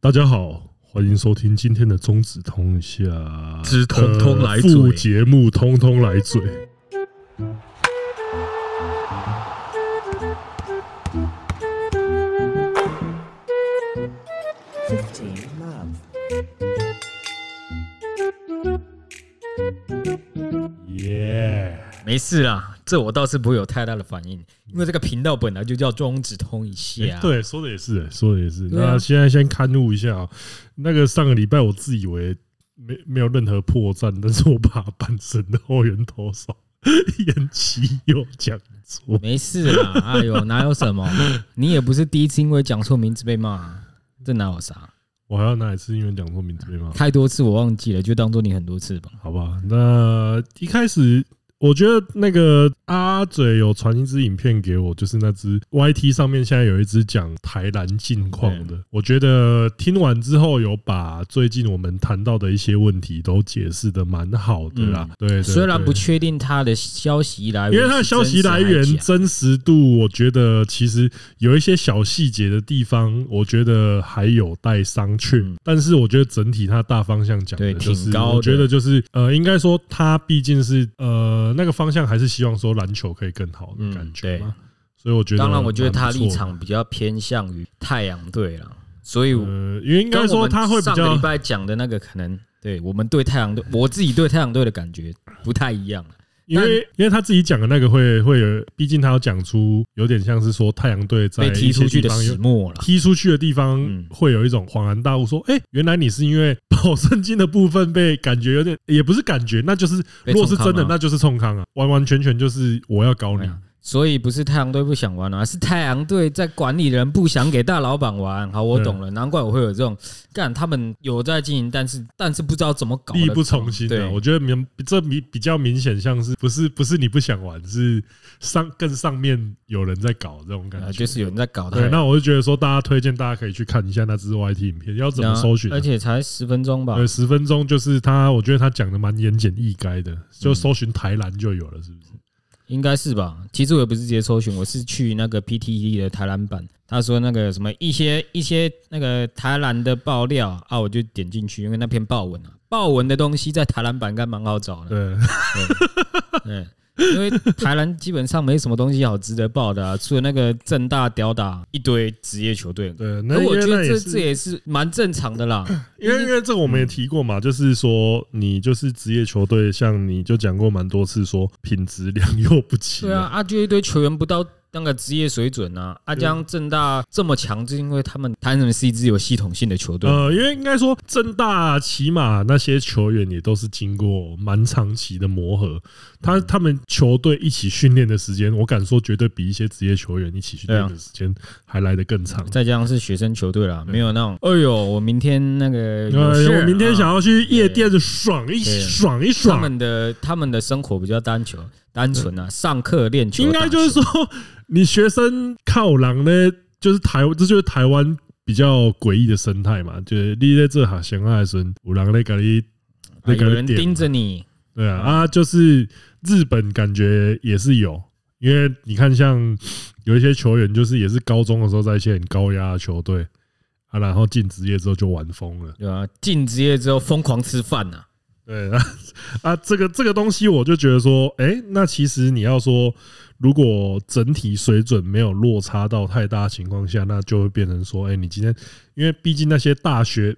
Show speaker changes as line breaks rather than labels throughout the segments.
大家好，欢迎收听今天的中指通一下，
只通通来嘴
呃副节目通通来嘴。
15 love.
耶、
没事啦，这我倒是不会有太大的反应，因为这个频道本来就叫中指通一下。，
哎对，说的也是、说的也是。
对啊
那现在先刊物一下啊、那个上个礼拜我自以为没没有任何破绽，但是我把阪神的后援投手延期又讲错，
没事啦， 哎呦，哪有什么？你也不是第一次因为讲错名字被骂，这哪有啥？
我还要哪一次因为讲错名字被骂？
太多次我忘记了，就当做你很多次吧。
好吧，那一开始我觉得那个阿嘴有传一支影片给我，就是那支 YT 上面现在有一支讲台南近况的。我觉得听完之后，有把最近我们谈到的一些问题都解释的蛮好的啦。对对，
虽然
对
不确定他的消息来源，
因为它的消息来源
是真实还假
真实度，我觉得其实有一些小细节的地方，我觉得还有待商榷
嗯。
但是我觉得整体它大方向讲的
对
就是
挺，高的
我觉得就是呃，应该说它毕竟是呃那个方向，还是希望说篮球可以更好的感觉嘛。所以我觉得，
嗯当然，我觉得他
他
的立，场比较偏向于太阳队啦，所以
呃，因为应该
跟我
说
们
他会比
上个
较
礼拜讲的那个可能，对我们对太阳队，我自己对太阳队的感觉不太一样。
因为因为他自己讲的那个会会有，毕竟他要讲出有点像是说太阳队在
被踢
一些
出去
地
的
方有
始末了。
踢出去的地方
嗯
会有一种恍然大悟，说：“哎、原来你是因为保证金的部分被感觉有点，也不是感觉，那就是
被
如果是
冲康
真的
啊，哎
那就是冲康啊，完完全全就是我要搞你。
所以不是太阳队不想玩啊，是太阳队在管理人不想给大老板玩。好，我懂了，难怪我会有这种干，他们有在经营，但是但是不知道怎么搞的，
力不从心
对
的，，我觉得明这明比较明显，像是不是不是你不想玩，是上更上面有人在搞这种感觉，
啊就是有人在搞他
对。。那我就觉得说，大家推荐大家可以去看一下那支 YT 影片，要怎么
那
搜寻啊、
而且才十分钟吧
对，，十分钟就是他，我觉得他讲的蛮言简意赅的，
嗯
就搜寻台篮就有了，是不是？
应该是吧？其实我也不是直接搜寻，我是去那个 PTT 的台南版，他说那个什么一些一些那个台南的爆料啊，我就点进去，因为那篇爆文啊，爆文的东西在台南版应该蛮好找的。
对。
对，因为台南基本上没什么东西好值得爆的、啊，除了那个正大吊打一堆职业球队。
对，那
那我
因为
觉
那
得
也
这
是
这也嗯是蛮正常的 啦。啊
因为因为这个我们也提过嘛，就是说你就是职业球队，像你就讲过蛮多次说品质良莠不齐、
对啊，，啊，就一堆球员不到那个职业水准啊，啊，
对
江正大这么强，是因为他们台南是一支有系统性的球队。
呃，因为应该说正大起码那些球员也都是经过蛮长期的磨合，他
嗯
他们球队一起训练的时间，我敢说绝对比一些职业球员一起
啊
训练的时间还来得更长。
再加上是学生球队啦，
对
没有那种，哎呦，我明天那个有事
呃，
啊，
我明天想要去夜店爽一
对
爽一
他
爽，
们的他们的生活比较单球单纯啊，上课练球，
应该就是说，你学生靠狼呢，就是台，这就是台湾比较诡异的生态嘛，就是你在这行相爱的时候，有人在给你，
打球，啊
那个
有人
点
盯着你，
对啊，啊，就是日本感觉也是有，因为你看像有一些球员，就是也是高中的时候在一些很高压的球队啊，然后进职业之后就玩疯了。
对吧、啊进职业之后疯狂吃饭呐、
对啊，啊，这个这个东西，我就觉得说，哎、那其实你要说，如果整体水准没有落差到太大的情况下，那就会变成说，哎、你今天，因为毕竟那些大学，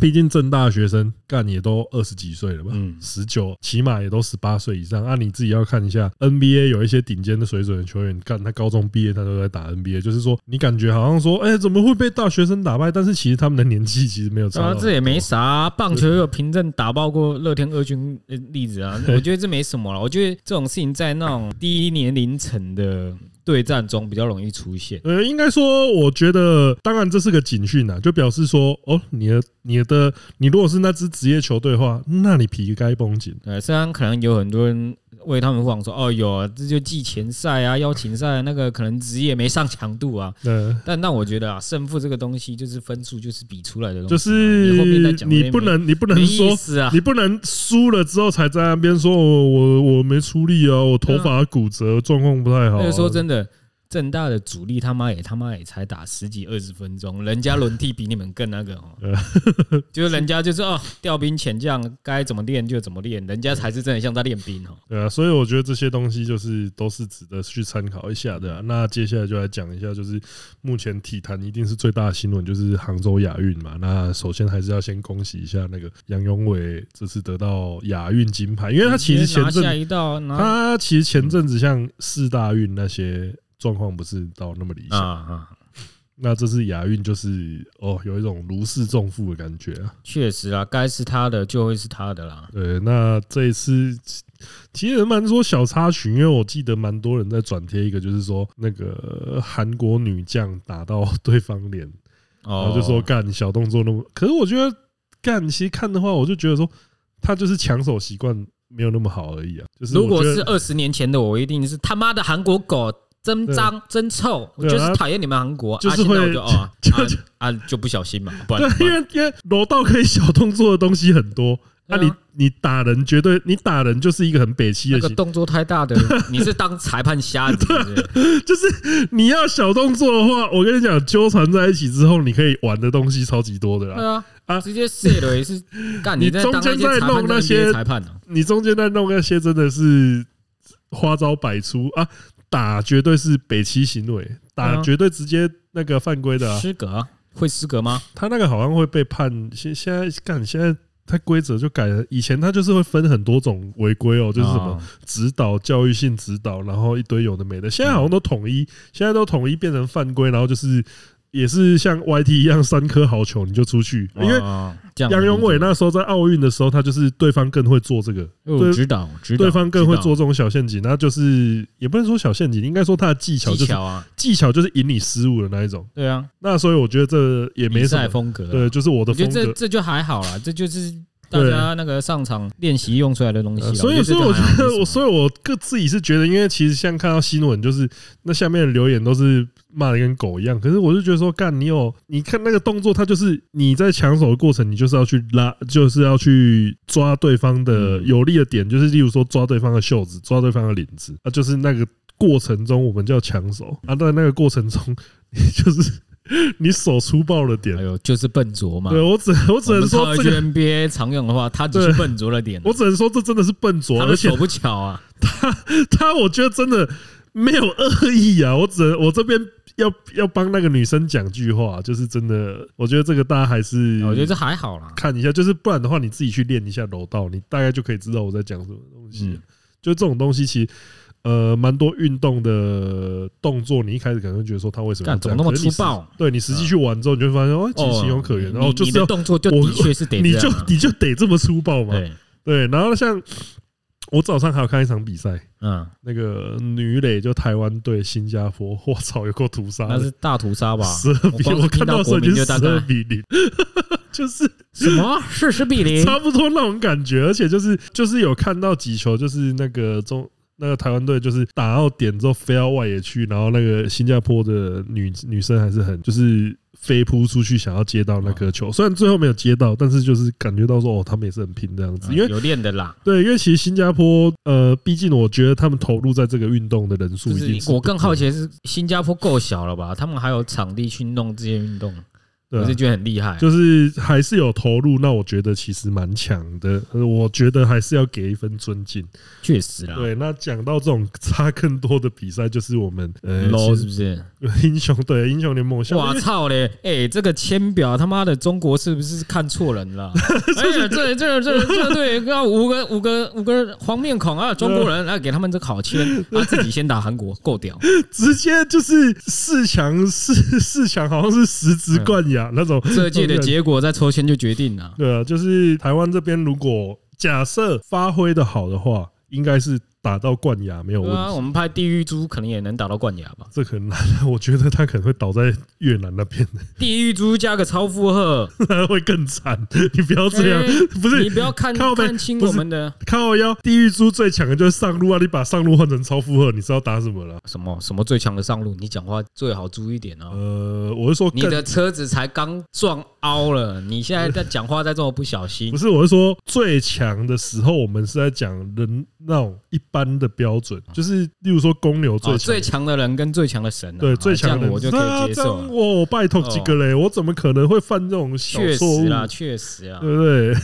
毕竟正大学生干也都二十几岁了吧，
嗯，
十九，起码也都十八岁以上。啊，你自己要看一下 NBA 有一些顶尖的水准的球员，干他高中毕业他都在打 NBA，就是说你感觉好像说，哎、怎么会被大学生打败？但是其实他们的年纪其实没有差
对
到
啊，
很多，
这也没啥、棒球也有凭证打爆过乐天二军的例 子啊，我觉得这没什么了。我觉得这种事情在那种低年龄层的对战中比较容易出现。
呃，应该说，我觉得，当然这是个警讯啊呐，就表示说，哦，你的、你的、你如果是那支职业球队的话，那你皮该绷紧。
呃，虽然可能有很多人为他们护航说，哦，有啊，这就季前赛啊、邀请赛、那个可能职业没上强度啊，
呃，
但但我觉得啊，胜负这个东西就是分数，就是比出来的东西
就
嘛，
是
你后面再讲
你不能，你不
不
能说
意，思啊，
你不能输了之后才在哦那边说，我我我没出力啊，我头发骨折，状况不太好啊。
那个说真的，正大的主力他妈也他妈也才打十几二十分钟，人家轮替比你们更那 个哦，
呃
就是人家就是哦调兵遣将，该怎么练就怎么练，人家才是真的像在练兵哦。
对啊，所以我觉得这些东西就是都是值得去参考一下的啊、那接下来就来讲一下，就是目前体坛一定是最大的新闻，就是杭州亚运嘛。那首先还是要先恭喜一下那个杨永伟，这次得到亚运金牌，因为他其实前
拿下
阵
一道，拿啊
他其实前阵子像四大运那些状况不是到那么理想，
啊，
那这次亚运就是哦有一种如释重负的感觉啊。
确实啊，该是他的就会是他的啦。
对，那这一次其实蛮多小插曲，因为我记得蛮多人在转贴一个，就是说那个韩国女将打到对方脸，然
哦
后就说干小动作那么，可是我觉得干其实看的话，我就觉得说他就是抢手习惯没有那么好而已啊。就是
如
我
果
觉
是
得
二十年前的我，我一定是他妈的韩国狗，真脏真臭，我
对啊
就是讨厌你们韩国。啊
就是
现在
会
我就哦
就
啊啊就不小心嘛，不然 怎
对，
么
因为
办
因为柔道可以小动作的东西很多，那
对
你
啊
你打人绝对你打人就是一个很北七
那
的
个
行
动作太大的， 你是当裁判瞎 子是不是？
就是你要小动作的话，我跟你讲，纠缠在一起之后，你可以玩的东西超级多的啦。
对啊，
啊
直接射了也是干，
你
在当那
中间
些
在
裁判
弄那
在
些
NBA 裁判哦，
你中间在弄那些真的是花招百出啊，打绝对是北齐行为，
对
打
啊
绝对直接那个犯规的、啊。
失格啊会失格吗？
他那个好像会被判，现现在干现在。他规则就改了，以前他就是会分很多种违规哦，就是什么
哦
指导、教育性指导，然后一堆有的没的。现
嗯
在好像都统一，现在都统一变成犯规，然后就是也是像 YT 一样三颗好球你就出去，因为
哦这样
杨永伟
呢，
那时候在奥运的时候，他就是对方更会做这个，
哦
对
指导指导，
对方更会
指导
做这种小陷阱，那就是也不能说小陷阱，应该说他的技巧就
技
是
巧啊，
技巧就是引你失误的那一种。
对啊，
那所以我觉得这也没
比
什
赛
么，
风格啊，
对，就是我的
我觉
风
得这
格。
这就还好啦，这就是大
对
家那个上场练习用出来的东西啊啦。
呃所以，所以我觉得
啊
我，所以我个自己是觉得，因为其实像看到新闻，就是那下面的留言都是骂的跟狗一样，可是我就觉得说，干你有，你看那个动作，他就是你在抢手的过程，你就是要去拉，就是要去抓对方的
嗯
有利的点，就是例如说抓对方的袖子，抓对方的领子啊，就是那个过程中我们叫抢手啊，在那个过程中，你就是 你手粗暴了点
哎，呦，就是笨拙嘛。
对我只我只
我
能
们
说
套一
这
句
个，
NBA 常用的话，他只是
对
笨拙了点啊，
我只能说这真的是笨拙，
他
而
的
且
手不巧啊。
他我觉得真的没有恶意啊，我只能我这边要要帮那个女生讲句话，就是真的，我觉得这个大家还是
我觉得这还好啦。
看一下，就是不然的话你自己去练一下柔道，你大概就可以知道我在讲什么东西了。
嗯
就这种东西，其实呃蛮多运动的动作，你一开始可能会觉得说他为什么要
干
这
怎
样
么那么
可是你
粗暴
实对你实际去玩之后，你就会发现哦，其实情有可原，然后
你
就
你
是要
的动作就
我
的确是 得
你
这
就
样啊
你就得这么粗暴嘛。
对，
对，然后像我早上还有看一场比赛。
嗯，
那个女垒就台湾队新加坡，我操，有够屠杀
那
的
是，大屠杀吧？
十二比，
光
我看到的时候
国
已经
民
十
就大概
二比零， 就是
什么是十比零？
差不多那种感觉，而且就是就是有看到几球，就是那个中。那个台湾队就是打到点之后飞到外野去，然后那个新加坡的女女生还是很就是飞扑出去想要接到那
啊
颗球，虽然最后没有接到，但是就是感觉到说哦，他们也是很拼这样子，因为
啊嗯有练的啦，
对，因为其实新加坡呃，毕竟我觉得他们投入在这个运动的人数
就
一定
是
是
我更
不多
好奇的是新加坡够小了吧？他们还有场地去弄这些运动，
对啊
我是觉得很厉害。
就是还是有投入，那我觉得其实蛮强的，呃我觉得还是要给一分尊敬。
确实啦
对，那讲到这种差更多的比赛，就是我们呃
，low
其
是
实呃
不是？
英雄对英雄联盟，像
哇操嘞！哎、这个签表他妈的，中国是不是看错人 了？哎呀，这这这这对， 那五个五个五个黄面孔啊，中国人来给他们这好签，啊，自己先打韩国，够屌！
直接就是四强四四强，好像是十指冠亚那种。
嗯这届的结果在抽签就决定了。
对啊，就是台湾这边如果假设发挥的好的话，应该是打到冠亚没有
对
问
啊，
题。
我们派地狱猪可能也能打到冠亚吧？
这很难，我觉得他可能会倒在越南那边，
地狱猪加个超负荷，
那会更惨。你不要这样
哎，
不是
你不要看
靠背
看清
不是
我们的
靠腰，地狱猪最强的就是上路啊！你把上路换成超负荷，你知道打什么了？
什么什么最强的上路，你讲话最好注意点哦。
呃，我是说
你
更
的车子才刚撞凹了，你现在在讲话再这么不小心
不，是，我是说最强的时候，我们是在讲人那种一般的标准，就是例如说公牛 最强
哦最强的人跟最强的神啊，
对
啊
最强
这
的啊
样我就可以接受了。哦
我拜托几个嘞，我怎么可能会犯这种小
确
错误
实？啦，确实啊啦，
对不对？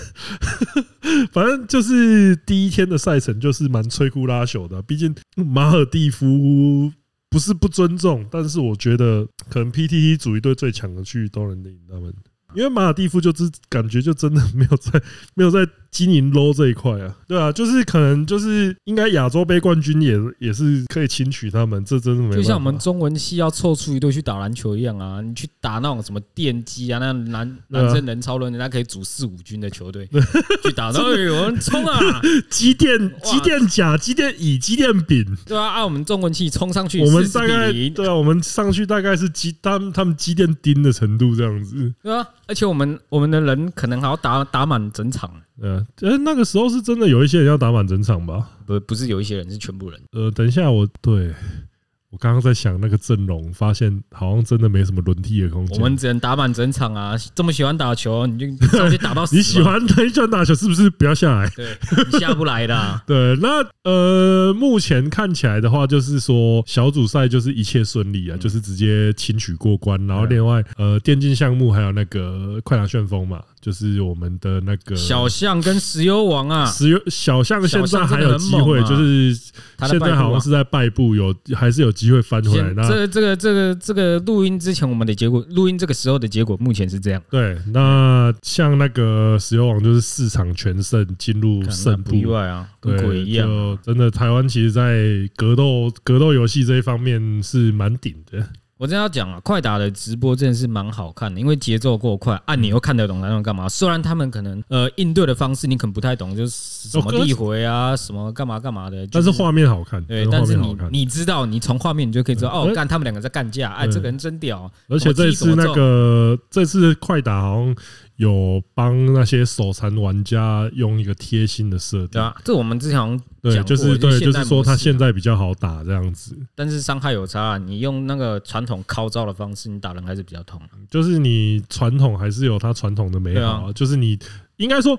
反正就是第一天的赛程就是蛮摧枯拉朽的，啊毕竟马尔蒂夫不是不尊重，但是我觉得可能 PTT 组一队最强的去都能赢他们，因为马尔蒂夫就只感觉就真的没有在 没有在经营 low 这一块啊，对啊，就是可能就是应该亚洲杯冠军也也是可以轻取他们，这真的没办法
就像我们中文系要凑出一队去打篮球一样啊，你去打那种什么电击啊，那男
对啊
男生人超人，人家可以组四五军的球队 去打，然后有人冲啊，
机电机电甲、机电乙、机电丙，
对啊，按我们中文系冲上去，
我们
40
大概
比零
对啊，我们上去大概是机他们他们机电丁的程度这样子。
对啊，而且我们我们的人可能还要打打满整场，
呃，呃，那个时候是真的有一些人要打满整场吧？
不不是有一些人是全部人，
呃，等一下我对我刚刚在想那个阵容，发现好像真的没什么轮替的空
我
间。
们只能打满整场啊！这么喜欢打球，你就上去打到 死吧啊
你喜？欢你喜欢打球是不是？不要下来。
对，你下不来 的啊、
对，那呃，目前看起来的话，就是说小组赛就是一切顺
嗯
利啊，就是直接轻取过关。然后
啊
另外呃，电竞项目还有那个快打旋风嘛，就是我们的那个
小象跟石油王啊，
石油小象现在还有机
小象真的很
会，
猛啊
就是
他的
现
败
在
部
好像
啊
是在败部，有还是有机会翻回来。
先
那
这个这个这个这个录音之前我们的结果，录音这个时候的结果目前是这样，
对，那像那个石油王就是四场全胜，进入
看
胜
不意
部。
外啊，跟
对，
鬼一样。
就真的，台湾其实，在格斗格斗游戏这一方面是蛮顶的。
我真的要讲啊，快打的直播真的是蛮好看的，因为节奏够快，按你又看得懂他们干嘛。虽然他们可能呃应对的方式你可能不太懂，就是什么地回啊， 什么干嘛干嘛的，就
但是画面好看，
对，
真的
但是
画面好
你
看。
你知道，你从画面你就可以知道，
对
哦，干他们两个在干架，哎，
对
这个人真屌，
而且这
啊
次那个这次快打好像有帮那些手残玩家用一个贴心的设
对
定，
啊，这我们之前好像
对，
讲过
就是对，就
现代
是说他
模式啊
现在比较好打这样子，
但是伤害有差啊，你用那个传统靠招的方式，你打人还是比较痛啊。
就是你传统还是有它传统的美好，啊
啊
就是你应该说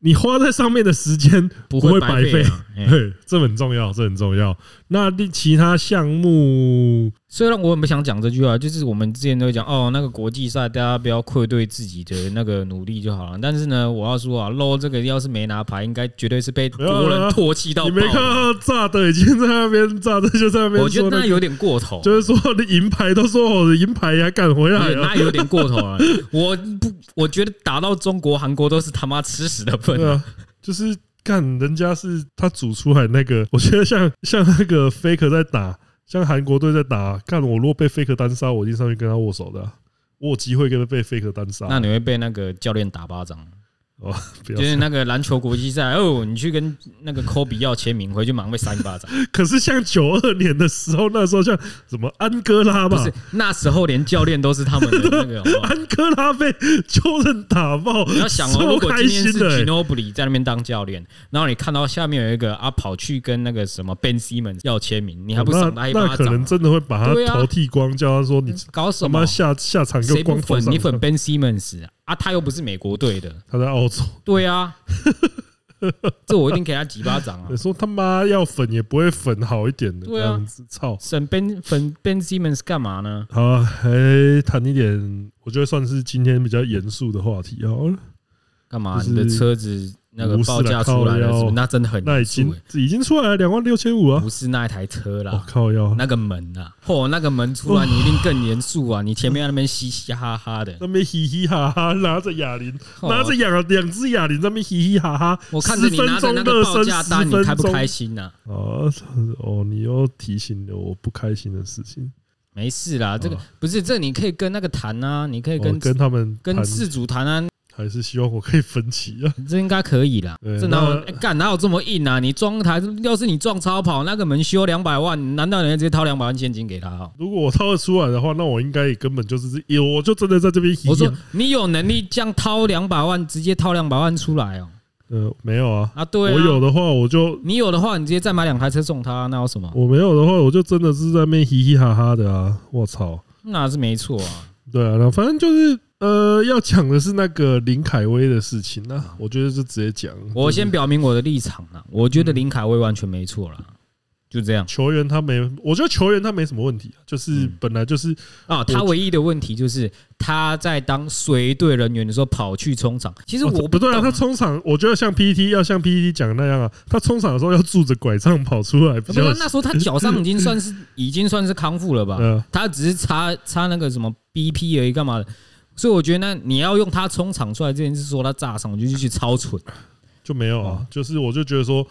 你花在上面的时间
不
会
会
白
白
费
费啊。哎
对，这很重要，这很重要。那另其他项目，
虽然我很不想讲这句话，就是我们之前都会讲哦，那个国际赛大家不要愧对自己的那个努力就好了。但是呢，我要说啊，low 这个要是没拿牌，应该绝对是被
没有
国人
啊
唾弃到
你
爆
没看
的。
到炸的已经在那边，炸的就在那边
我觉
说
得
那个，
那有点过头，啊
就是说你银牌都说我的银牌呀，赶回来啊
对
了。
那有点过头了。我不，我觉得打到中国、韩国都是他妈吃屎的份
对
啊。
啊，就是看人家是他组出来那个，我觉得像像那个 Faker 在打，像韩国队在打，看我如果被 Faker 单杀，我一定上去跟他握手的啊、我有机会跟他被 Faker 单杀。
那你会被那个教练打巴 掌，
哦，不要
就。是那个篮球国际赛哦，你去跟那个科比要签名，回去马上被扇一 巴掌。
可是像九二年的时候，那时候像什么安哥拉
不
吧
是，那时候连教练都是他们的那 个好哦不好。
安哥拉被 Jordan 打爆，
你要想 哦，
超
如果
开
今天
心
是
的、欸。
Ginobili 在那边当教练，然后你看到下面有一个啊跑去跟那个什么 Ben Simmons 要签名，你还不赏
哦那
他一
那
巴
可能
掌？
真的会把他
对啊
头剃光，叫他说你
搞
他
什
妈
么？
下下场给我
谁不
光头
粉
上
你粉 Ben Simmons 啊啊？他又不是美国队的，
他在澳洲，
对啊， 这我一定给他几巴掌 啊
你！说他妈要粉也不会粉好一点的这
对啊
样子，操！
审 Ben 粉 Ben Simmons 干嘛呢？
好啊，还谈一点，我觉得算是今天比较严肃的话题好了。
干嘛？
就是啊
你的车子那个报价出来
无视
了，是不
啦靠腰
是？那真的很
那已
严肃
经
欸
已经出来了两万六千五啊
不！是那一台车
我
啦，
靠哦要
那个门啊，嚯，那个门出来你一定更严肃啊！你前面那边嘻嘻哈哈的，
那边嘻嘻哈哈，拿着哑铃，
哦
拿着两两只哑铃，那边嘻嘻哈哈。
我看着你拿着那个报价单，你开不开
心？
心啊呐、
哦哦，你又提醒了我不开心的事情。
没事啦，这个
哦
不是这你可以跟那个谈啊，你可以
我
跟
哦跟他们
跟
谈
事主谈啊，
还是希望我可以分歧啊。
这应该可以啦。
对
这哪有
那
哎干哪有这么硬啊？你撞台，要是你撞超跑，那个门修两百万，难道人家直接掏两百万现金给他哦？
如果我掏得出来的话，那我应该也根本就是有，我就真的在这边嘻
我
嘻
说
哈。
你有能力这样掏两百万，直接掏两百万出来哦？
呃，没有啊，
啊，对啊，
我有的话我就
你有的话，你直接再买两台车送他，那有什么？
我没有的话，我就真的是在那边嘻嘻哈哈的啊！我操，
那是没错啊。
对啊，然后反正就是呃，要讲的是那个林凯威的事情那我觉得就直接讲。
我先
就是
表明我的立场啦，我觉得林凯威完全没错啦，就这样
球员他没，我觉得球员他没什么问题啊，就是
嗯
本来就是
啊。他唯一的问题就是他在当随队人员的时候跑去冲场，其实
哦
我
不对啊，
懂
他冲场，我觉得像 PPT 要像 PPT 讲的那样啊，他冲场的时候要拄着拐杖跑出来比
不是啊
较。
那时候他脚上已 经算是已经算是康复了吧？
嗯
他只是擦擦那个什么 BP 而已，干嘛的？所以我觉得呢，你要用他冲场出来这件事说他炸场，我就去超蠢。
就没有
哦
啊，就是我就觉得说，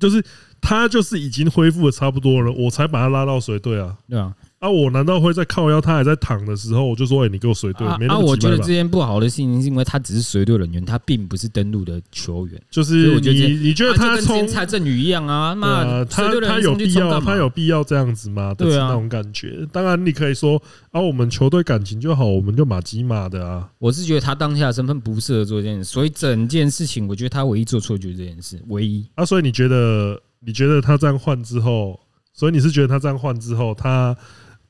就是他就是已经恢复的差不多了，我才把他拉到随队啊。
对啊，
啊，我难道会在靠腰他还在躺的时候，我就说，哎，你给我随队
啊，
没
啊
那
我
么急
觉得
吧
这？件不好的事情是因为他只是随队人员，他并不是登陆的球员。
就
所以
是
我觉得这
你，你觉得
啊就
他
跟之
冲
前蔡振宇一样啊，妈
呃，，
随
他
队人
他
员
有
冲去
必
冲
要，
干嘛
他有必要这样子吗？
对啊
就是那种感觉。当然，你可以说啊，我们球队感情就好，我们就马基马的啊。
我是觉得他当下的身份不适合做这件事，所以整件事情，我觉得他唯一做错就是这件事，唯一。
啊，所以你觉得你觉得他这样换之后，所以你是觉得他这样换之后，他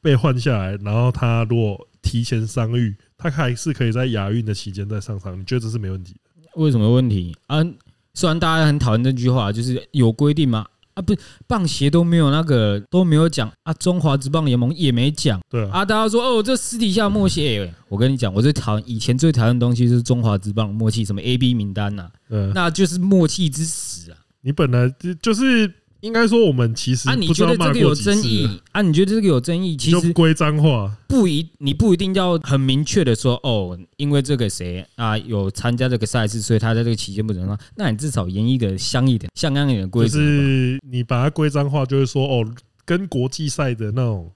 被换下来，然后他如果提前伤愈，他还是可以在亚运的期间再上场，你觉得这是没问题的？
为什么问题啊？虽然大家很讨厌这句话，就是有规定吗？啊，不，棒协都没有那个都没有讲啊，中华职棒联盟也没讲
对啊，
啊。大家说哦，这私底下默契、欸我跟你讲，我最讨以前最讨厌的东西就是中华职棒的默契，什么 A B 名单呐、啊
嗯，
那就是默契之死啊。
你本来就就是应该说我们其实
啊，你
不知
觉
道
得
骂
这个
过
有
几次
争
了，
议啊？你觉得这个有争议？其
就
实
归脏话，
不一，你不一定要很明确的说哦，因为这个谁啊有参加这个赛事，所以他在这个期间不能上。那你至少严一个像一点，像样一点的规
就
则吧。
是你把它规章化，就是说哦，跟国际赛的那种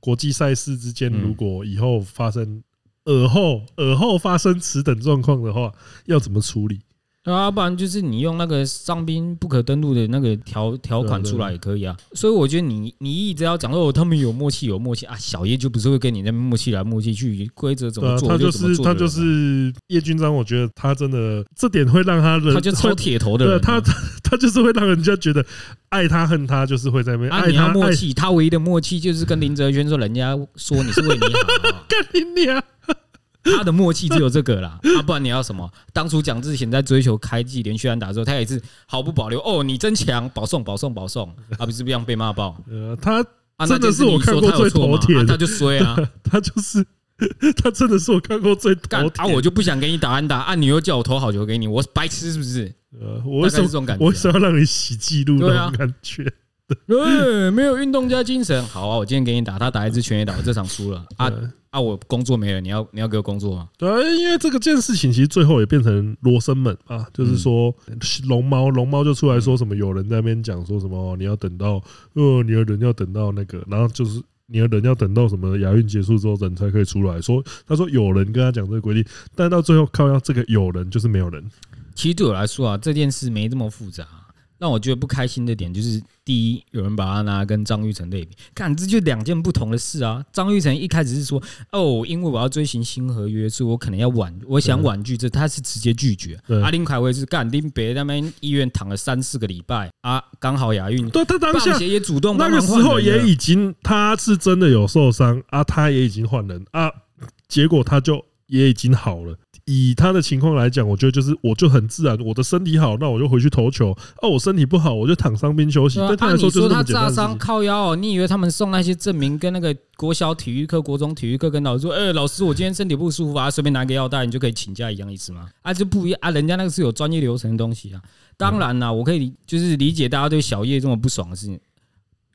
国际赛事之间，
嗯
如果以后发生。尔后尔后发生此等状况的话，要怎么处理？
对啊，不然就是你用那个伤兵不可登录的那个条条款出来也可以啊。所以我觉得你你一直要讲说哦，他们有默契有默契啊，小叶就不是会跟你那边默契来默契去，规则怎
对
么
啊，
做
他
就
就
怎么
是
做
他
的人啊。
就是叶军章，我觉得他真的这点会让他人
他就超
会
铁头的
对
人啊，
他 他他就是会让人家觉得爱他恨他，就是会在那边
啊，
爱
你
他
要默
爱
契，他唯一的默契就是跟林哲轩说，人家说你是为你好啊、
干 你啊！
他的默契只有这个啦， 啊，不然你要什么？当初蒋志贤在追求开季连续安打之后，他也是毫不保留哦，你真强，保送保送 保送，啊，不是不一样被骂爆
呃，他
啊？
真的是我看过最头
铁
铁的
他就衰 啊，
他就是。他真的是我看过最
干
头
啊，
铁
我就不想给你打安打啊，你又叫我投好球给你，我白痴是不 是？
呃，我为什
大概是这种
么
感觉啊
我为什么要让你洗记录
对
那
啊
种感觉？
对，没有运动家精神。好啊，我今天给你打，他打一支全垒打，我这场输了啊
对
啊，我工作没了，你要你要给我工作吗？
对啊，因为这个件事情其实最后也变成罗生门啊，就是说龙猫龙猫就出来说什么，有人在那边讲说什么哦你要等到呃你的人要等到那个，然后就是你的人要等到什么亚运结束之后人才可以出来说，他说有人跟他讲这个规定，但到最后靠要这个有人就是没有人，
其实对我来说啊，这件事没这么复杂、让我觉得不开心的点就是，第一，有人把他拿来跟张玉成类比，看这就两件不同的事啊。张玉成一开始是说，哦，因为我要追寻新合约，所以我可能要婉，我想婉拒这，他是直接拒绝
对。
阿林凯威是干丁别在那边医院躺了三四个礼拜啊，刚好亚运，
对，他当下
棒协也主动
那
帮
个
忙
时
换人
候也
了
已经他是真的有受伤啊，他也已经换人啊，结果他就也已经好了。以他的情况来讲，我觉得就是我就很自然，我的身体好，那我就回去投球；啊，我身体不好，我就躺伤兵休息。
对啊
对他
啊
来
你
说就是
说
那
他
么简单的
炸
事
伤
情。
靠腰哦，你以为他们送那些证明跟那个国小体育课、国中体育课跟老师说，哎，老师我今天身体不舒服啊，随便拿个药袋你就可以请假一样意思吗？啊，这不一样啊，人家那个是有专业流程的东西啊。当然啦，我可以理就是理解大家对小叶这么不爽的事情，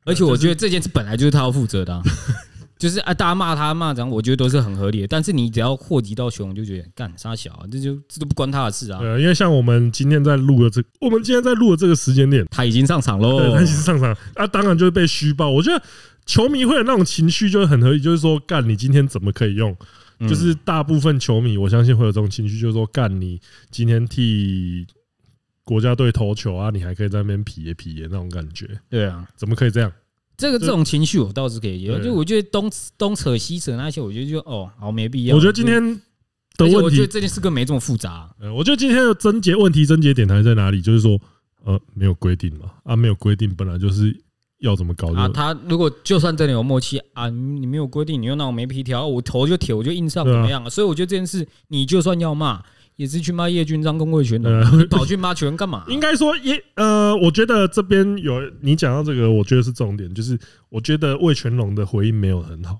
而且我觉得这件事本来就是他要负责的啊、 就是啊，大家骂他骂讲，我觉得都是很合理的。但是你只要祸及到熊，我就觉得干傻小、啊，这就这都不关他的事啊。
对，因为像我们今天在录的这，我们今天在录的这个时间点，
他已经上场喽
对，，他其实上场啊，当然就是被虚报。我觉得球迷会有那种情绪，就是很合理，就是说，干你今天怎么可以用？
嗯
就是大部分球迷，我相信会有这种情绪，就是说，干你今天替国家队投球啊，你还可以在那边撇撇那种感觉，
对啊。
怎么可以这样？
这个这种情绪我倒是可以接受，
对
就我觉得东东扯西扯那些，我觉得就哦，好没必要。
我觉得今天的
而且
问
我觉得
题，
这件事根本没这么复杂、
呃，我觉得今天的症结问题症结点还在哪里？就是说，呃，没有规定嘛，啊，没有规定，本来就是要怎么搞
啊，
就
他如果就算真的有默契啊，你你没有规定，你又让我没皮条，我头就铁，我就硬上，
对
怎
啊
么样啊？所以我觉得这件事，你就算要骂，也是去骂叶军章、龚贵全的，
呃
你跑去骂球员干嘛？
应该说也呃，我觉得这边有你讲到这个，我觉得是重点，就是我觉得魏全龙的回应没有很好。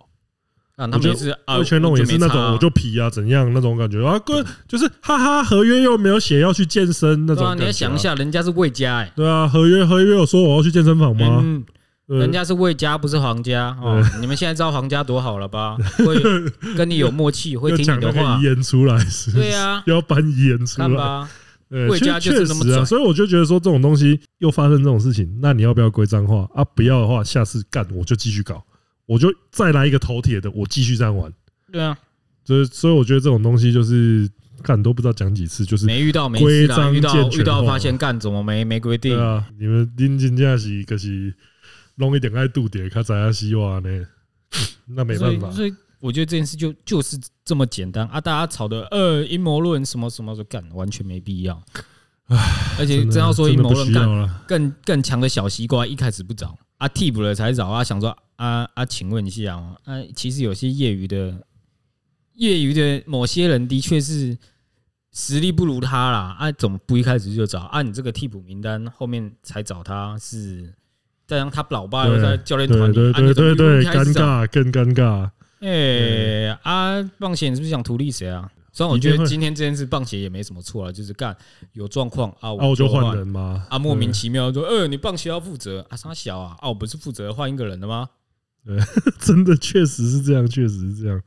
啊，他们也是啊，
魏全龙也是那
我就没差啊
种我就皮啊怎样那种感觉啊，哥就是哈哈，合约又没有写要去健身那
对
种
啊，
感觉啊。
你要想一下，人家是魏家哎，
对啊，合约合约有说我要去健身房吗？
嗯，
对
人家是魏家，不是皇家哦。你们现在知道皇家多好了吧？ 会跟你有默契，会
又
听
讲
你
那
的
个
话
遗。言出来是不是
对啊
又要搬遗言出
看
来。
吧，
对，
魏
确
家就是
确
那么
实啊，
拽
所以我就觉得说这种东西又发生这种事情，那你要不要归脏话啊？不要的话，下次干我就继续搞，我就再来一个头铁的，我继续这样玩。
对啊，
所以，所以我觉得这种东西就是干都不知道讲几次，就是
没遇到没事啦，
规章
遇到
健全
遇到
化
发现干怎么没没规定
对？啊，你们拎金价是可是弄一点爱度点，看咱家西瓜呢， 那没办法
所以，所以我觉得这件事就就是这么简单啊！大家吵的呃阴谋论什么什么的，干完全没必要。而且
真的
真要说阴
真的
谋
不
论，
需
干
要了。
更更强的小西瓜一开始不找啊，替补了才找啊，想说啊啊，请问一下哦，啊，其实有些业余的业余的某些人的确是实力不如他啦，啊，怎么不一开始就找啊？你这个替补名单后面才找他是，再让他老爸又
对
在教练团
对对
里，啊
对
你怎么
对
不一
对，
开
尴
始找？
尬更尴尬。
哎啊，棒协你是不是想图利谁啊？虽然我觉得今天这件事棒协也没什么错啊，就是干有状况啊，
啊，我就
换
换人嘛。
啊，莫名其妙说，呃，你棒球要负责啊，啥小啊，啊，我不是负责换一个人的吗？
对 真的确实是这样，确实是这样。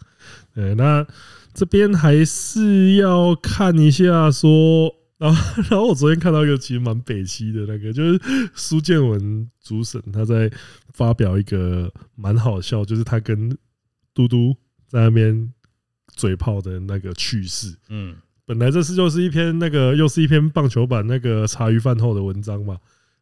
对，那这边还是要看一下说。然后，然后我昨天看到一个其实蛮北西的那个，就是苏建文主审他在发表一个蛮好笑，就是他跟嘟嘟在那边嘴炮的那个趣事。
嗯，
本来这是就是一篇那个又是一篇棒球版那个茶余饭后的文章嘛，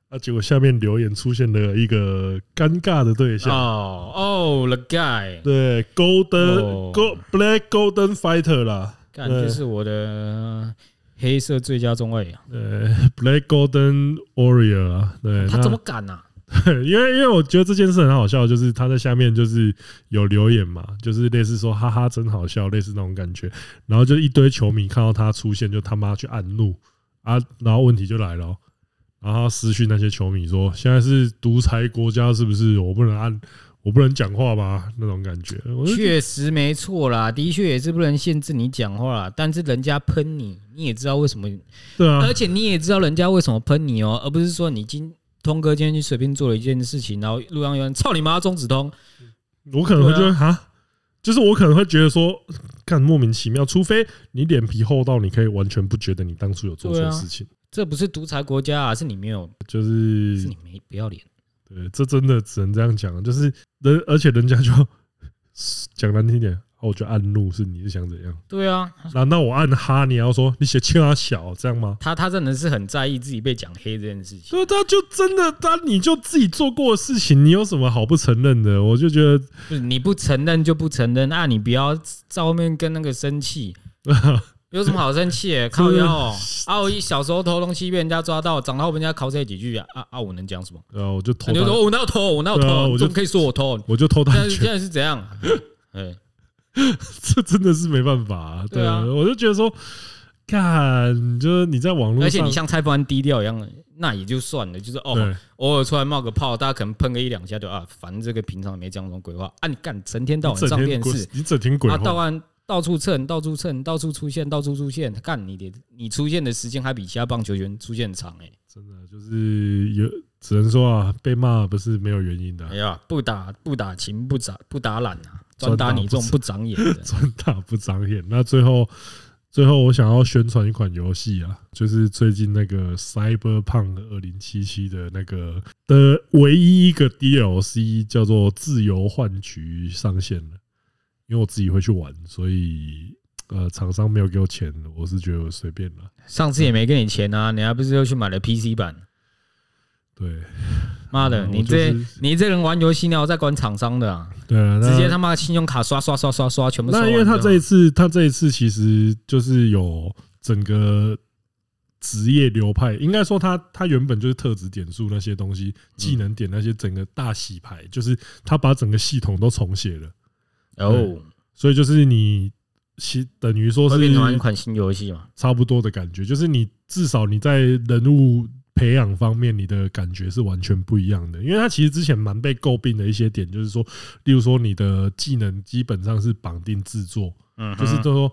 啊，结果下面留言出现了一个尴尬的对象，
哦哦，The Guy，
啊对，Golden
哦
Gold Black Golden Fighter 啦，
干
对
就是我的黑色最佳中卫啊，
呃，Black Golden Warrior 啊，对，
他
那
怎么敢呐？
因为因为我觉得这件事很好笑，就是他在下面就是有留言嘛，就是类似说哈哈真好笑，类似那种感觉，然后就一堆球迷看到他出现就他妈去按怒啊，然后问题就来了哦、然后他私讯那些球迷说现在是独裁国家是不是？我不能按，我不能讲话吧？那种感觉，我就觉得
确实没错啦，的确也是不能限制你讲话啦，但是人家喷你，你也知道为什么
对啊
而，且你也知道人家为什么喷你哦，而不是说你今通哥今天去随便做了一件事情，然后路上有人操你妈中指通，
我可能会觉
对啊
得哈。就是我可能会觉得说，干莫名其妙，除非你脸皮厚到你可以完全不觉得你当初有做
对
错
啊
事情，
这不是独裁国家啊，是你没有，
就是
是你没不要脸。
对，这真的只能这样讲，啊就是人，而且人家就 讲难听点，啊我就按怒，是你是想怎样？
对啊，
难道我按哈，你还要说你写欠他小这样吗？
他他真的是很在意自己被讲黑这件事情。
对，他就真的他你就自己做过的事情，你有什么好不承认的？我就觉得，
就是你不承认就不承认，那、啊你不要在后面跟那个生 气，有什么好生气、欸？靠腰哦、啊！我一小时候偷东西被人家抓到，长大后被人家拷这几句啊啊啊！我能讲什么？
对啊，我就偷
你就
他，
说哦我哪有偷，我哪有
对啊
偷，
我
你
就
怎么可以说我偷？
我就偷
现
他
在
一
现
拳，
在是怎样？哎，
这真的是没办法、对
对啊
我就觉得说，看，就是你在网络
而且
上，
你像蔡伯安低调一样，那也就算了，就是哦，
对
偶尔出来冒个泡，大家可能喷个一两下就啊，反正这个平常也没讲什么鬼话啊，你干成天到
你
晚上
整天
电
鬼
视，
你整天鬼
啊，到
话，
案到处蹭，到处蹭，到处出现，到处出现，干你的，你出现的时间还比其他棒球员出现长哎、
真的就是有只能说啊，被骂不是没有原因的啊、
哎呀，不打不打勤，不打不打懒啊，
专
专
打
打你
不
这种
长。
不长眼的
专打不长眼。那最后，最后我想要宣传一款游戏啊，就是最近那个《Cyberpunk 二零七七》的那个的唯一一个 DLC 叫做《自由幻局》上线了。因为我自己会去玩，所以呃，厂商没有给我钱，我是觉得我随便了。
上次也没给你钱啊，你还不是又去买了 PC 版？
对
妈的，
嗯
你
我就
这
是
你这人玩游戏，你还有在管厂商的啊？
对啊，那
直接他妈信用卡刷刷刷刷刷，全部刷
那
完
因为他
之后
这一次，他这一次其实就是有整个职业流派，应该说他他原本就是特指点数那些东西，技
嗯
能点那些整个大洗牌，就是他把整个系统都重写了，
哦，
所以就是你其等于说
会变成
嗯
一
是
款新游戏嘛？
差不多的感觉，就是你至少你在人物培养方面，你的感觉是完全不一样的。因为他其实之前蛮被诟病的一些点，就是说，例如说你的技能基本上是绑定制作，
嗯哼，
就是都说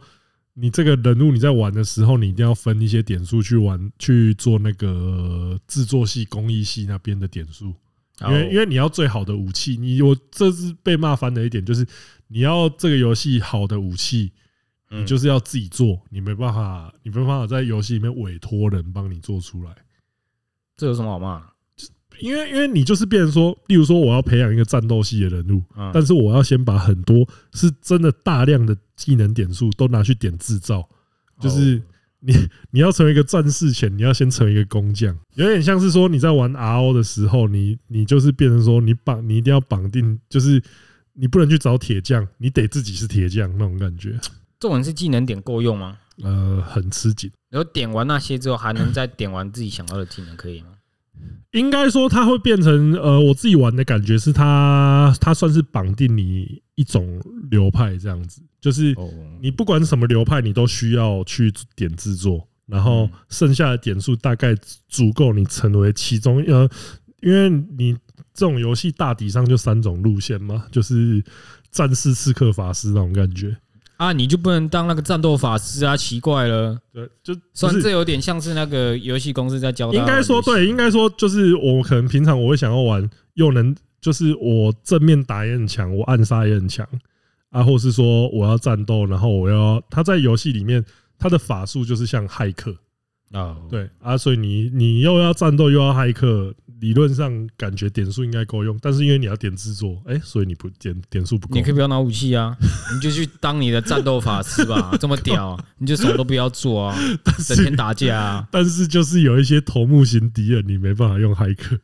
你这个人物你在玩的时候，你一定要分一些点数去玩，去做那个制作系、工艺系那边的点数。因为因
为
为你要最好的武器，你我这是被骂翻的一点，就是你要这个游戏好的武器，
嗯
你就是要自己做，你没办法，你没办法在游戏里面委托人帮你做出来，
这有什么好骂？
因为因为你就是变成说，例如说我要培养一个战斗系的人物，
嗯
但是我要先把很多是真的大量的技能点数都拿去点制造，
哦
就是你你要成为一个战士前，你要先成为一个工匠，有点像是说你在玩 RO 的时候，你你就是变成说你绑你一定要绑定，就是你不能去找铁匠，你得自己是铁匠那种感觉，
这种是技能点够用吗？
呃，很吃紧。
然后点完那些之后，还能再点完自己想要的技能，可以吗？
应该说它会变成呃，我自己玩的感觉是它它算是绑定你一种流派这样子，就是
哦，
你不管什么流派，你都需要去点制作，然
嗯
后剩下的点数大概足够你成为其中呃，因为你这种游戏大体上就三种路线嘛，就是战士、刺客、法师那种感觉。
啊，你就不能当那个战斗法师啊？奇怪了，
对，就
虽
不
然
是
这有点像是那个游戏公司在教大家
应
玩游戏，
该说对，应该说就是我可能平常我会想要玩，又能就是我正面打也很强，我暗杀也很强啊，或是说我要战斗，然后我要他在游戏里面他的法术就是像骇客，
哦，
对啊，所以你你又要战斗又要骇客，理论上感觉点数应该够用，但是因为你要点制作，哎，所以你不点点数不够
你可以。不要拿武 器啊，你就去当你的战斗法师吧，这么屌、你就什么都不要做 啊，整天打架啊，
但是就是有一些头目型敌人，你没办法用骇客，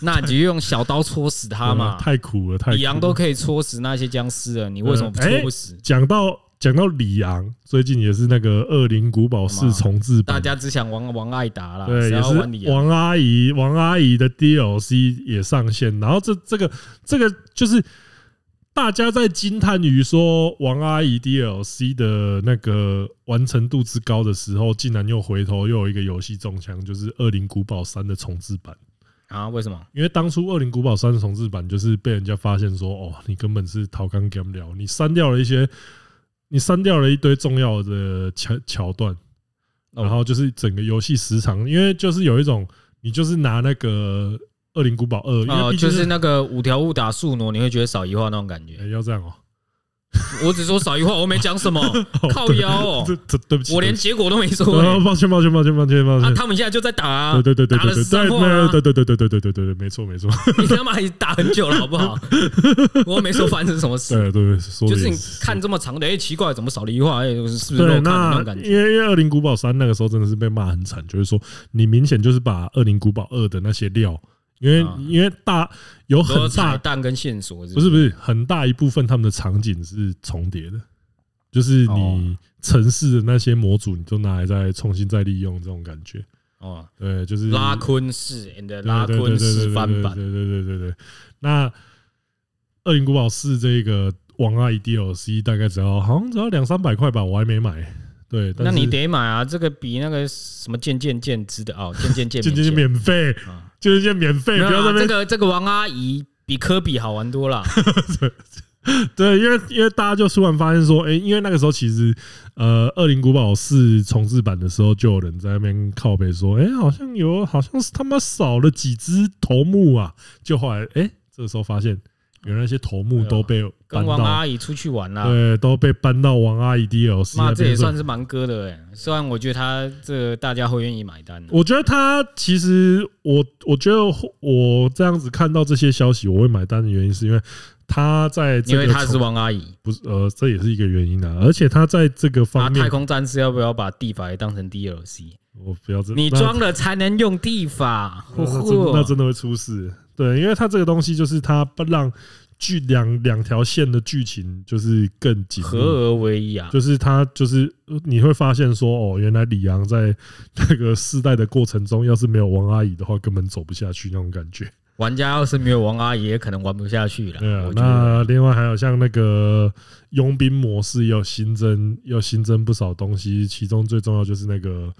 那你就用小刀戳死他嘛。
太苦了，太苦了嗯哎
李昂都可以戳死那些僵尸了，你为什么戳不死？
讲到讲到里昂，最近也是那个《恶灵古堡
干
四
嘛
重置版
大，家只想玩王艾达啦，
对，
谁
也
要玩啊李
是
昂？
王阿姨王阿姨的 DLC 也上线，然后这这个这个就是大家在惊叹于说王阿姨 DLC 的那个完成度之高的时候，竟然又回头又有一个游戏中枪，就是《恶灵古堡三》的重置版。
啊？为什么？
因为当初《恶灵古堡三》重置版就是被人家发现说，哦，你根本是逃纲 game 聊，你删掉了一些，你删掉了一堆重要的桥桥段，
哦
然后就是整个游戏时长，因为就是有一种你就是拿那个《恶灵古堡二》，因为
哦，
毕
就
竟
是那个五条悟打树挪，你会觉得少一画那种感 觉。
哎要这样哦，
我只说少一画，我没 讲什么，靠腰
这
哦，
这对不起，
我连
对
结果都没
不起
说欸。
哦抱歉抱歉抱歉抱歉抱
啊，
歉，
他们现在就在打啊，
对对对对
打了
对
三话啊
对，对对对对对对对对对，没错没错，
你他妈也打很久了，好不 好？我没说发生什么事，
对对对，说
就
的
是
也
你看这么长的，哎，奇怪，怎么少了一画？哎，是不是
对，
漏看的那种
那
感
因
觉？
为因为《恶灵古堡三》那个时候真的是被骂很惨，就是说你明显就是把《恶灵古堡二》的那些料，因为、
啊
因为大有
很多
很
彩
大
蛋跟线索
不是不是很大一部分他们的场景是重叠的，就是你
哦
城市的那些模组你都拿来再重新再利用这种感觉，
哦，
对，就是
拉昆式 and
嗯对
拉
对
昆
对对
式
对
翻
对
版，
对对对对对。那《恶灵古堡四》这个王阿姨 DLC 大概只要好像只要两三百块吧，我还没买。对，但
那你
是
得买啊，这个比那个什么渐渐渐值得哦，渐 渐渐
就就是
渐
免费，
啊，
就是些免 费，
没有
不要
啊
在那
这
边
个这个王阿姨比科比好玩多 了，
对，因为因为大家就突然发现说，哎、因为那个时候其实呃，《恶灵古堡四》重置版的时候，就有人在那边靠背说，哎、好像有，好像是他妈少了几只头目啊，就后来哎、这个时候发现，原来那些头目都被搬
啊跟王
到。
阿姨出去玩啦。
对，都被搬到王阿姨 DLC
妈，
那
这也
边
算
了。
是蛮割的哎、虽然我觉得他这个大家会愿意买单的、啊
我觉得他其实，我我觉得我这样子看到这些消息，我会买单的原因是因为他在这
因
个
为他是
重
王阿姨。
不是呃，这也是一个原因啊。而且他在这个
啊，
方面，
太空战士要不要把地法也当成 DLC？
我不要这，
你
那
装了才能用地法，
那那
呼
真那
呼
真的会出事。对，因为他这个东西就是他不让剧两两条线的剧情就是更紧密
合而为一啊，
就是他就是呃你会发现说哦，原来李阳在那个世代的过程中，要是没有王阿姨的话，根本走不下去那种感觉。
玩家要是没有王阿姨，也可能玩不下去了。
对啊
我，觉得
那另外还有像那个佣兵模式要新增，要新增不少东西，其中最重要就是那个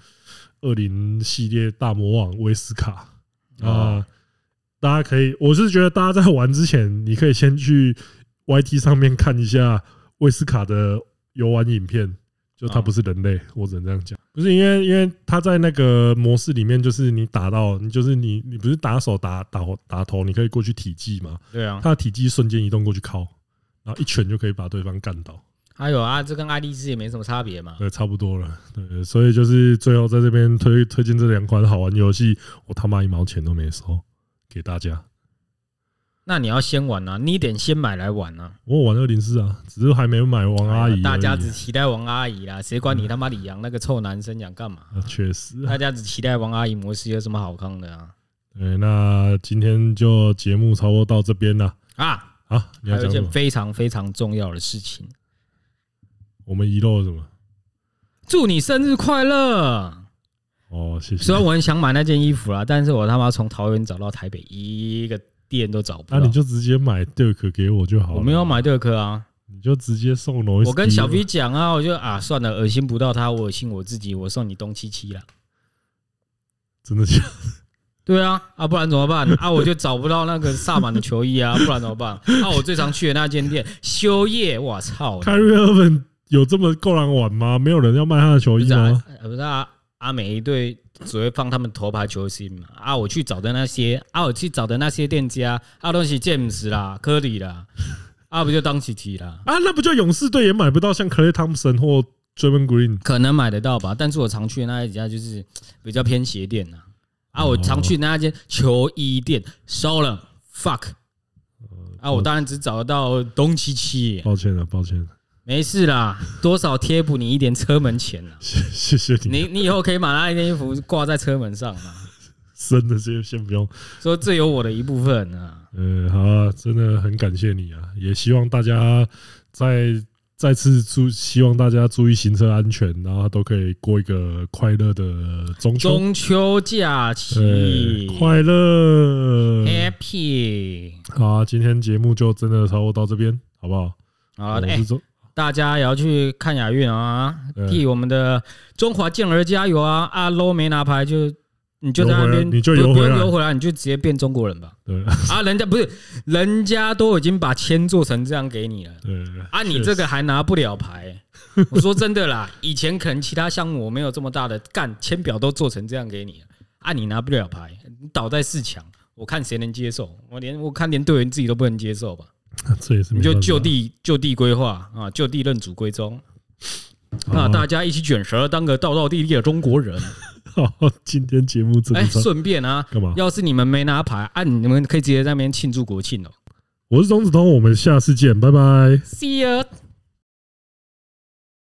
二零系列大魔王威斯卡啊、
哦
大家可以，我是觉得大家在玩之前，你可以先去 YT 上面看一下威斯卡的游玩影片，就他
哦
不是人类，我只能这样讲。不是因为，因为他在那个模式里面，就是你打到，你就是你，你不是打手打打打头，你可以过去体技嘛，
对啊，
他的体积瞬间移动过去敲，然后一拳就可以把对方干倒，
还有啊，这跟爱丽丝也没什么差别嘛。
对，差不多了。对，所以就是最后在这边推推荐这两款好玩游戏，我他妈一毛钱都没收给大家。
那你要先玩啊，你得先买来玩啊。
我有玩二零四啊，只是还没买王阿姨而已。
哎
啊
大家只期待王阿姨啦，谁管你他妈李阳那个臭男生想干嘛？
啊确实，
大家只期待王阿姨模式有什么好看的啊？
对，那今天就节目差不多到这边了
啊，
啊。你
还
要
有
讲什
一件
么？
非常非常重要的事情，
我们遗漏了什么？
祝你生日快乐！
哦，谢谢
虽。然我很想买那件衣服啦， 但是我他妈从桃园找到台北一个店都找不
那
到。
你就直接买 Dirk 给我就好了。
我没有，买这颗啊，
你就直接送罗。
我跟小 V 讲啊，我就啊算了，恶心不到他，我恶心我自己，我送你东七七了。
真的假的？
对啊，啊，不然怎么办？啊，我就找不到那个萨满的球衣啊，不 然怎么办？啊，我最常去的那间店修业，我操！
凯瑞尔本有这么够狼玩吗？没有人要卖他的球
不
衣
是啊
吗？，
呃不是啊，阿美一队只会放他们头牌球星嘛。啊，我去找的那些，啊，我去找的那些店家，啊，都是 James 啦、科里啦，啊，不就当奇奇啦？
啊，那不就勇士队也买不到像 Clay Thompson 或 d r a m o n Green
可能买得到吧，但是我常去的那一家就是比较偏鞋店呐、啊。啊，我常去的那间球衣店收了，fuck。啊，我当然只找得到东七七，
抱歉了，啊抱歉了，
没事啦，多少贴补你一点车门钱 啦。
谢谢谢你，
你你以后可以把那件衣服挂在车门上啊，
真的先先不用。
说这有我的一部分啊。
呃，好、啊，真的很感谢你啊，也希望大家再再次注，希望大家注意行车安全，然后都可以过一个快乐的中秋，
中秋假期
对，快乐。
，Happy
好啊、今天节目就真的差不多到这边，好不好？
好
我
了，哎
是周，
大家也要去看亚运啊，
嗯
替我们的中华健儿加油啊！阿 low 没拿牌就你就在那
游回
边
来，你就
不
游
不
回来
用游回来，你就直接变中国人吧！
对
啊，人家不是，人家都已经把签做成这样给你了。
对
啊，你这个还拿不了 牌、我说真的啦，以前可能其他项目我没有这么大的干，签表都做成这样给你了，啊，你拿不了牌，你倒在四强，我看谁能接受？我连我看连队员自己都不能接受吧？
这也是没
你就
办法啊
就地就地规划啊，就地认祖归宗。
好啊
那大家一起卷舌，当个道道地地的中 国人。
好，今天节目真
哎，
的差
顺便啊，
干嘛？
要是你们没拿牌啊，你们可以直接在那边庆祝国庆哦。
我是钟子通，我们下次见，拜拜。
See you。